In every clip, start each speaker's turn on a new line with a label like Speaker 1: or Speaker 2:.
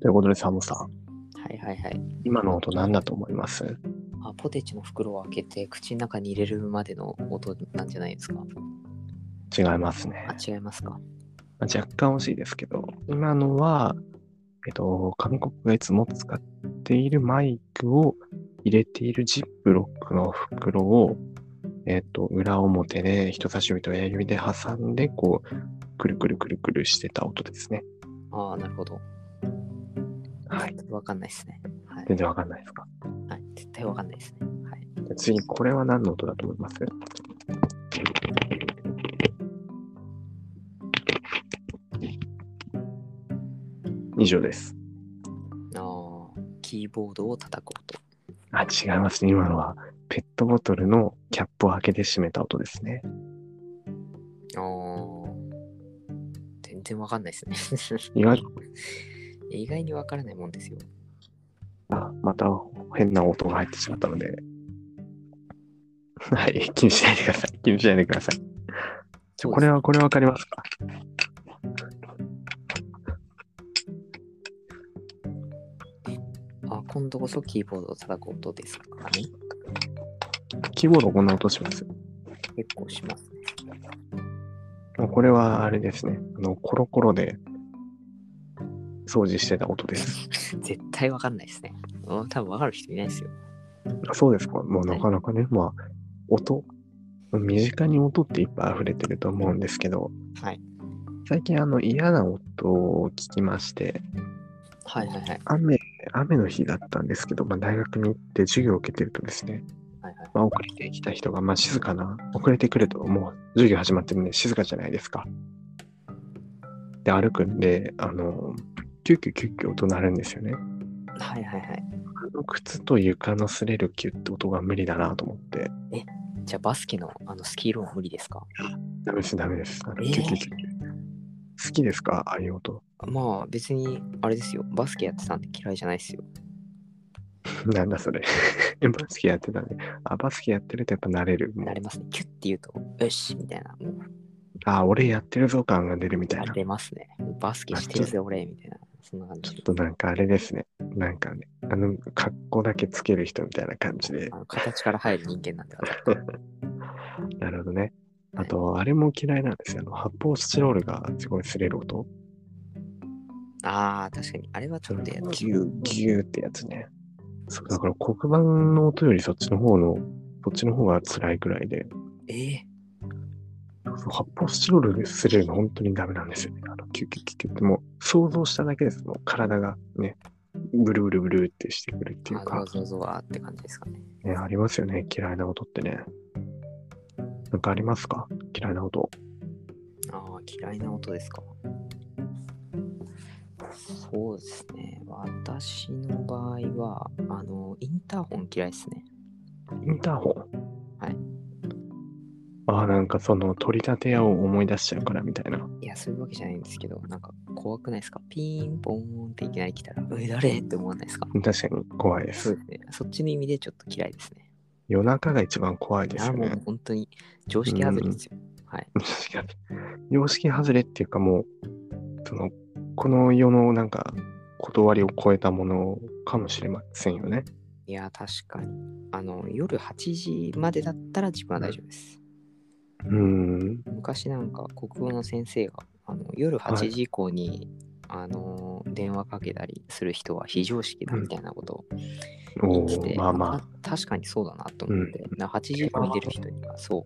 Speaker 1: ということで、サムさん、
Speaker 2: はいはいはい。
Speaker 1: 今の音何だと思います
Speaker 2: あ、ポテチの袋を開けて口の中に入れるまでの音なんじゃないですか。
Speaker 1: 違いますね
Speaker 2: あ、。違いますか。
Speaker 1: まあ若干惜しいですけど、今のは、えっと、韓国がいつも使っているマイクを入れているジップロックの袋を、えっと、裏表で人差し指と親指で挟んで、こう、くるくるくるくるしてた音ですね。
Speaker 2: ああ、なるほど。
Speaker 1: はい。
Speaker 2: わかんないですね。はい。
Speaker 1: 全然わかんないですか。
Speaker 2: はい、絶対わかんないですね。はい。
Speaker 1: じゃあ次、これは何の音だと思います以上です。
Speaker 2: ああ、キーボードを叩く音。
Speaker 1: あ、違いますね。今のは、ペットボトルのキャップを開けて閉めた音ですね。
Speaker 2: ああ、全然わかんないですね。
Speaker 1: 意外と、
Speaker 2: 意外にわからないもんですよ。
Speaker 1: あまた変な音が入ってしまったので。はい、気にしないでください。気にしないでください。じゃあこれ
Speaker 2: は。
Speaker 1: は、これわかりますか
Speaker 2: あ、今度こそキーボードを叩く音ですかね。
Speaker 1: キーボードこんな音します。
Speaker 2: 結構しますね。
Speaker 1: もうこれはあれですね。あの、コロコロで掃除してた音です。
Speaker 2: 絶対わかんないですね。うん多分わかる人いないですよ。
Speaker 1: あそうですか。もうなかなかね、まあ、音、身近に音っていっぱい溢れてると思うんですけど、
Speaker 2: はい。
Speaker 1: 最近あの嫌な音を聞きまして、
Speaker 2: はいはいはい。
Speaker 1: 雨、雨の日だったんですけど、まあ、大学に行って授業を受けてるとですね、
Speaker 2: はいはい。
Speaker 1: まあ、遅れてきた人が、まあ、静かな、遅れてくると、もう授業始まってるんで静かじゃないですか。で、歩くんで、あの、キュッキュキュッキュ音鳴るんですよね。
Speaker 2: はいはいはい。
Speaker 1: あの靴と床の擦れるキュッって音が無理だなと思って、
Speaker 2: じゃあバスケのあのスキーローン無理ですか
Speaker 1: ダメです、ダメです。あの
Speaker 2: えー
Speaker 1: キュッキュキュッキュ。好きですかああいう音。
Speaker 2: まあ別にあれですよ。バスケやってたんで嫌いじゃないですよ。
Speaker 1: なんだそれ。 えバスケやってたね。あ、バスケやってるとやっぱ慣れる。もう
Speaker 2: 慣れますね。キュッて言うと、よしみたいな。もう
Speaker 1: あ、俺やってるぞ感が出るみたいな。
Speaker 2: 慣
Speaker 1: ち
Speaker 2: れますね。もうバスケしてるぜ俺みたいな。そんな感
Speaker 1: ょっ
Speaker 2: じ。
Speaker 1: となんかあれですね。なんかね、あの、格好だけつける人みたいな感じで
Speaker 2: あ。の形から入る人間なんで 私
Speaker 1: なるほどね。あと、あれも嫌いなんですよ。あの発泡スチロールがすごい擦れる音。
Speaker 2: ああ、確かに。あれはちょっとやだ
Speaker 1: ギューギューってやつね。そう、だから黒板の音よりそっちの方の、そっちの方が辛いくらいで、
Speaker 2: ええ
Speaker 1: そう発泡スチロールで擦れるの本当にダメなんですよね。あの、キュキュキュキュってもう想像しただけです。もう体がね、ブルブルブルってしてくるっていう
Speaker 2: ー。あ
Speaker 1: か
Speaker 2: の、ゾワゾワって感じですかね。
Speaker 1: ね、ありますよね。嫌いな音ってね。なんかありますか嫌いな音。
Speaker 2: ああ、嫌いな音ですか。そうですね。私の場合は、あの、インターホン嫌いですね。
Speaker 1: インターホン。
Speaker 2: はい。
Speaker 1: ああ、なんかその取り立て屋を思い出しちゃうからみたいな。
Speaker 2: いや、そういうわけじゃないんですけど、なんか怖くないですかピーンポーンっていきなり来たら、え、誰って思わないですか
Speaker 1: 確かに怖いで
Speaker 2: そう
Speaker 1: す。
Speaker 2: ですね。そっちの意味でちょっと嫌いですね。
Speaker 1: 夜中が一番怖い
Speaker 2: い
Speaker 1: です
Speaker 2: や、
Speaker 1: よ
Speaker 2: も
Speaker 1: ね
Speaker 2: う。本当に常識外れですよ。はい。
Speaker 1: 確かに。 様式外れっていうかもう、その、この世のなんか、断りを超えたものかもしれませんよね。
Speaker 2: いや、確かに。あの、夜8時までだったら自分は大丈夫です。
Speaker 1: うーん。
Speaker 2: 昔なんか国語の先生があの夜
Speaker 1: はい
Speaker 2: 8時以降に、あの電話かけたりする人は非常識だ
Speaker 1: うん
Speaker 2: みたいなことを言
Speaker 1: お
Speaker 2: ってて、
Speaker 1: ーまあまあ。
Speaker 2: た確かにそうだなと思って、
Speaker 1: うん
Speaker 2: な8時以降に出る人にはそ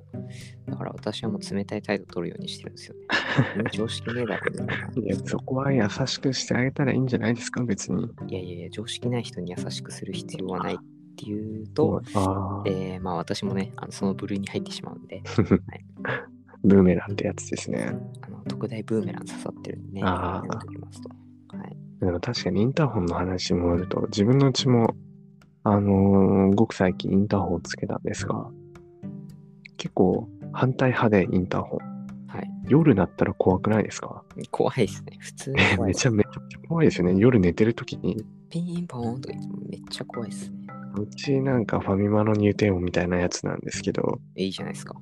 Speaker 2: うだから私はもう冷たい態度を取るようにしてるんで すよね常識ねえだろみたいない
Speaker 1: や、そこは優しくしてあげたらいいんじゃないですか、別に。
Speaker 2: いやいやいや常識ない人に優しくする必要はないっていうと、
Speaker 1: ああ、
Speaker 2: えーまあ私もねあのその部類に入ってしまうんで
Speaker 1: ブーメランってやつですね。
Speaker 2: あの特大ブーメラン刺さってるんでね
Speaker 1: あー
Speaker 2: やめときますとはい
Speaker 1: でも確かにインターホンの話に戻ると、自分のうちも、あのーごく最近インターホンをつけたんですが、結構反対派でインターホン。
Speaker 2: はい
Speaker 1: 夜だったら怖くないですか
Speaker 2: 怖いですね。普通に怖い
Speaker 1: め
Speaker 2: で
Speaker 1: ち
Speaker 2: す。
Speaker 1: ゃめちゃ怖いですよね。夜寝てる時に、
Speaker 2: ピンポーンとか言ってもめっちゃ怖いですね。
Speaker 1: うちなんかファミマの入店音みたいなやつなんですけど、
Speaker 2: いいじゃないですか。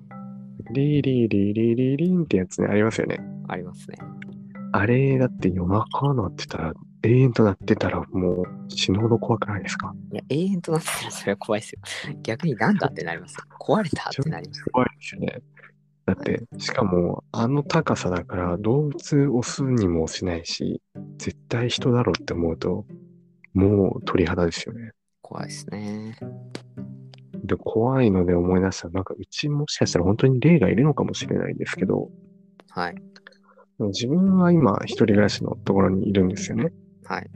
Speaker 1: リーリーリーリーリーリーンってやつね、ありますよね。
Speaker 2: ありますね。
Speaker 1: あれだって夜中なってたら永遠となってたらもう死ぬほど怖くないですか
Speaker 2: いや、永遠となってたらそれは怖いですよ。逆になんだってなりますよ。壊れたってなりますよ。
Speaker 1: 怖いですよね。だって、しかも、あの高さだから、動物をすにもしないし、絶対人だろうって思うと、もう鳥肌ですよね。
Speaker 2: 怖いですね。
Speaker 1: で、怖いので思い出したら、なんかうちもしかしたら本当に霊がいるのかもしれないですけど、
Speaker 2: はい。
Speaker 1: でも自分は今、一人暮らしのところにいるんですよね。
Speaker 2: はい。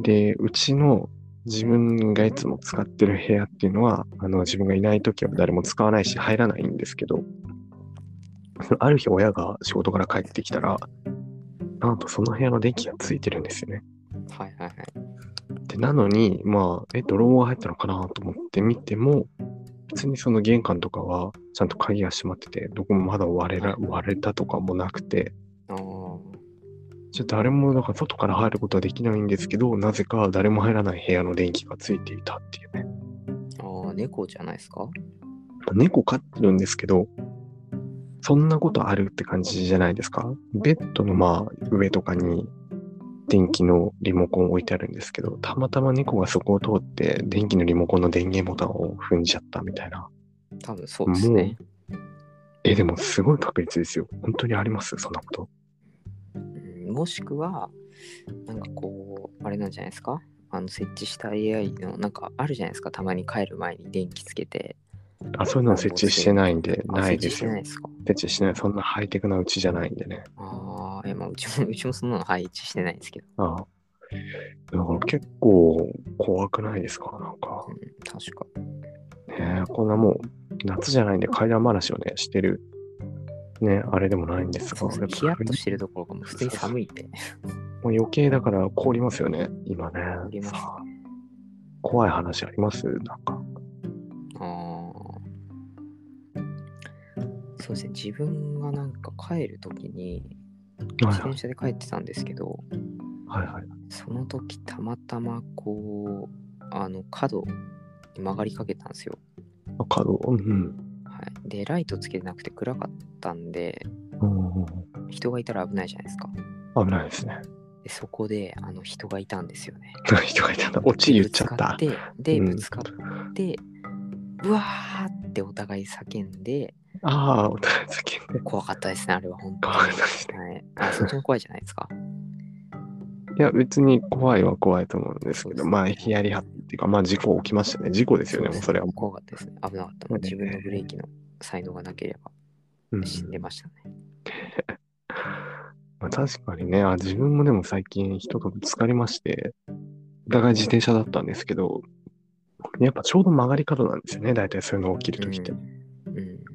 Speaker 1: で、うちの自分がいつも使ってる部屋っていうのは、あの自分がいない時は誰も使わないし入らないんですけど、ある日親が仕事から帰ってきたら、なんとその部屋の電気がついてるんですよね。
Speaker 2: はいはいはい。
Speaker 1: で、なのに、まあ、え、泥棒が入ったのかなと思って見ても、別にその玄関とかはちゃんと鍵が閉まってて、どこもまだ割れら割れたとかもなくて、
Speaker 2: あー
Speaker 1: ちょっと誰も、だから外から入ることはできないんですけど、なぜか誰も入らない部屋の電気がついていたっていうね。
Speaker 2: あー、猫じゃないですか
Speaker 1: 猫飼ってるんですけど、そんなことあるって感じじゃないですか。ベッドのまあ上とかに電気のリモコン置いてあるんですけど、たまたま猫がそこを通って電気のリモコンの電源ボタンを踏んじゃったみたいな。
Speaker 2: 多分そうですね。
Speaker 1: え、でもすごい確率ですよ。本当にありますそんなこと。
Speaker 2: うんもしくは、なんかこう、あれなんじゃないですかあの設置した AI の、なんかあるじゃないですか、たまに帰る前に電気つけて。
Speaker 1: あ、そういうのを設置してないんで、
Speaker 2: あ
Speaker 1: ないで
Speaker 2: 設置し
Speaker 1: す
Speaker 2: て
Speaker 1: よ
Speaker 2: ない。ですか
Speaker 1: 設置してない。そんなハイテクなうちじゃないんでね。
Speaker 2: ああ、いやまあうちも、う ちもそんなの配置してないんですけど、
Speaker 1: ああ。だから結構怖くないですかなんか
Speaker 2: う。ん、確か。
Speaker 1: ねえ、こんなもう夏じゃないんで怪談話をね、してる、ね、あれでもないんですが、
Speaker 2: そうですね、ヒ
Speaker 1: や
Speaker 2: ヤ
Speaker 1: っぱ
Speaker 2: ッとしてるところがもう普通に寒いんで。
Speaker 1: もう余計だから凍りますよね、今ね。
Speaker 2: 凍りますね
Speaker 1: さあ怖い話ありますなんか。
Speaker 2: ああ。そうですね、自分がなんか帰るときに、
Speaker 1: はい
Speaker 2: 自
Speaker 1: はい
Speaker 2: 転車で帰ってたんですけど、
Speaker 1: はいはい。
Speaker 2: その時たまたまこう、あの角に曲がりかけたんですよ。
Speaker 1: あ角、うん
Speaker 2: はい、で、ライトつけてなくて暗かったんで、
Speaker 1: うん。うん
Speaker 2: 人がいたら危ないじゃないですか。
Speaker 1: 危ないですね。
Speaker 2: で、そこで、あの人がいたんですよね。
Speaker 1: 人がいたん だ。オチ言っちゃった。
Speaker 2: でぶつかってで
Speaker 1: うん
Speaker 2: ぶつかって、うわーってお互い叫んで
Speaker 1: ああ、お互い叫んで。
Speaker 2: 怖かったですねあれは本当に
Speaker 1: 怖いですね。
Speaker 2: はい、あそっちも怖いじゃな いですか
Speaker 1: いや、別に怖いは怖いと思うんですけ
Speaker 2: そうです
Speaker 1: ど、
Speaker 2: ね
Speaker 1: まあ、ヒヤリハッピっていうか、まあ、事故起きましたね。事故ですよね、もうそれは。
Speaker 2: 怖かったですね危なかった
Speaker 1: そう
Speaker 2: もう
Speaker 1: だ
Speaker 2: 自
Speaker 1: よね
Speaker 2: 分のブレーキの才能がなければ
Speaker 1: うん
Speaker 2: 死んでましたね、
Speaker 1: まあ、確かにねあ、自分もでも最近人とぶつかりまして、お互い自転車だったんですけど、やっぱちょうど曲がり角なんですよね、大体そういうの起きるときって。
Speaker 2: うん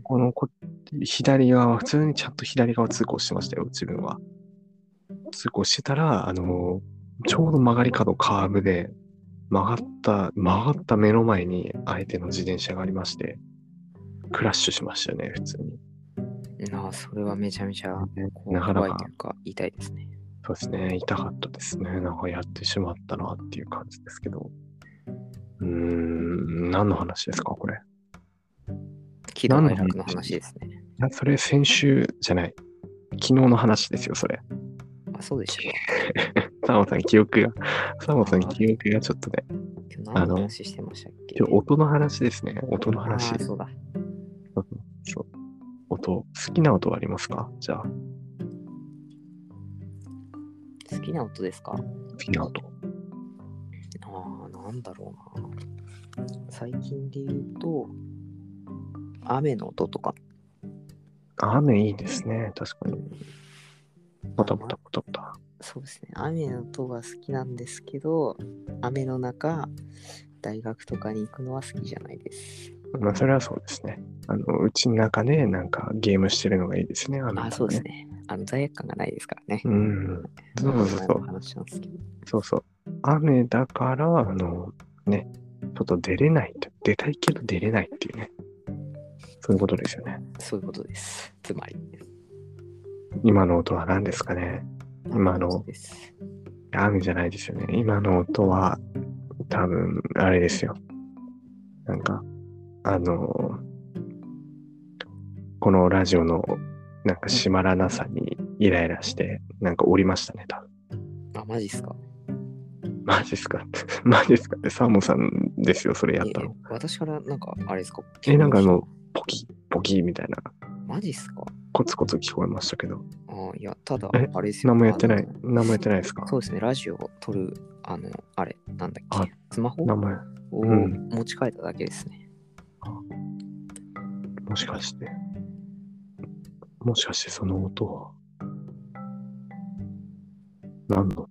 Speaker 1: このこ左側は普通にちゃんと左側通行してましたよ、自分は。通行してたら、あの、ちょうど曲がり角カーブで、曲がった、曲がった目の前に相手の自転車がありまして、クラッシュしましたよね、普通に。
Speaker 2: うんなあそれはめちゃめちゃこう
Speaker 1: なかな
Speaker 2: 怖い
Speaker 1: か
Speaker 2: というか痛いですね
Speaker 1: そうですね、痛かったですね。なんかやってしまったなっていう感じですけど。うーん、何の話ですか、これ。い
Speaker 2: 喜怒哀楽の話ですね
Speaker 1: や、それ先週じゃない。昨日の話ですよ、それ。
Speaker 2: あそうでしたか
Speaker 1: サモさん、記憶が、サモさん、記憶がちょっとね、
Speaker 2: 今日何の話してましたっけ
Speaker 1: 今日音の話ですね、音の話
Speaker 2: あ。ーそうだ
Speaker 1: そう音、好きな音はありますかじゃあ、
Speaker 2: 好きな音ですか
Speaker 1: 好きな音。
Speaker 2: ああ、なんだろうな。最近で言うと、雨の音とか。
Speaker 1: 雨いいですね、確かに。ポタポタポタポタ。
Speaker 2: そうですね。雨の音が好きなんですけど、雨の中、大学とかに行くのは好きじゃないです。
Speaker 1: まあ、それはそうですね。あの、うちの中で、なんか、ゲームしてるのがいいですね、雨の
Speaker 2: あ
Speaker 1: 中
Speaker 2: あ、そうですね。あの罪悪感がないですからね。
Speaker 1: うん。そうそう
Speaker 2: 前
Speaker 1: そ
Speaker 2: も
Speaker 1: う。
Speaker 2: 話したんですけど。
Speaker 1: そうそう。雨だから、あの、ね、ちょっと出れないと。出たいけど出れないっていうね。そういうことですよね。
Speaker 2: そういうことです。つまり。
Speaker 1: 今の音は何ですかね。今の
Speaker 2: そうです。
Speaker 1: 雨じゃないですよね。今の音は、多分、あれですよ。なんか、あの、このラジオの、なんか閉まらなさにイライラして、なんか降りましたね、多分。
Speaker 2: あ、マジっすか。
Speaker 1: マジっすか って、マジっすかって、サーモンさんですよ、それやったの。
Speaker 2: ええ私からなんかあれですか
Speaker 1: え、なんかあの、ポキポキみたいな、
Speaker 2: マジっすか
Speaker 1: コツコツ聞こえましたけど、
Speaker 2: あーいやただ
Speaker 1: え
Speaker 2: あれですよ
Speaker 1: 何もやってない
Speaker 2: あ、の
Speaker 1: 何もやってないですか
Speaker 2: そうですねラジオを撮るあのあれなんだっ
Speaker 1: あ
Speaker 2: けスマホ
Speaker 1: 名前、
Speaker 2: を
Speaker 1: うん
Speaker 2: 持ち替えただけですね、
Speaker 1: もしかして、もしかしてその音は、何の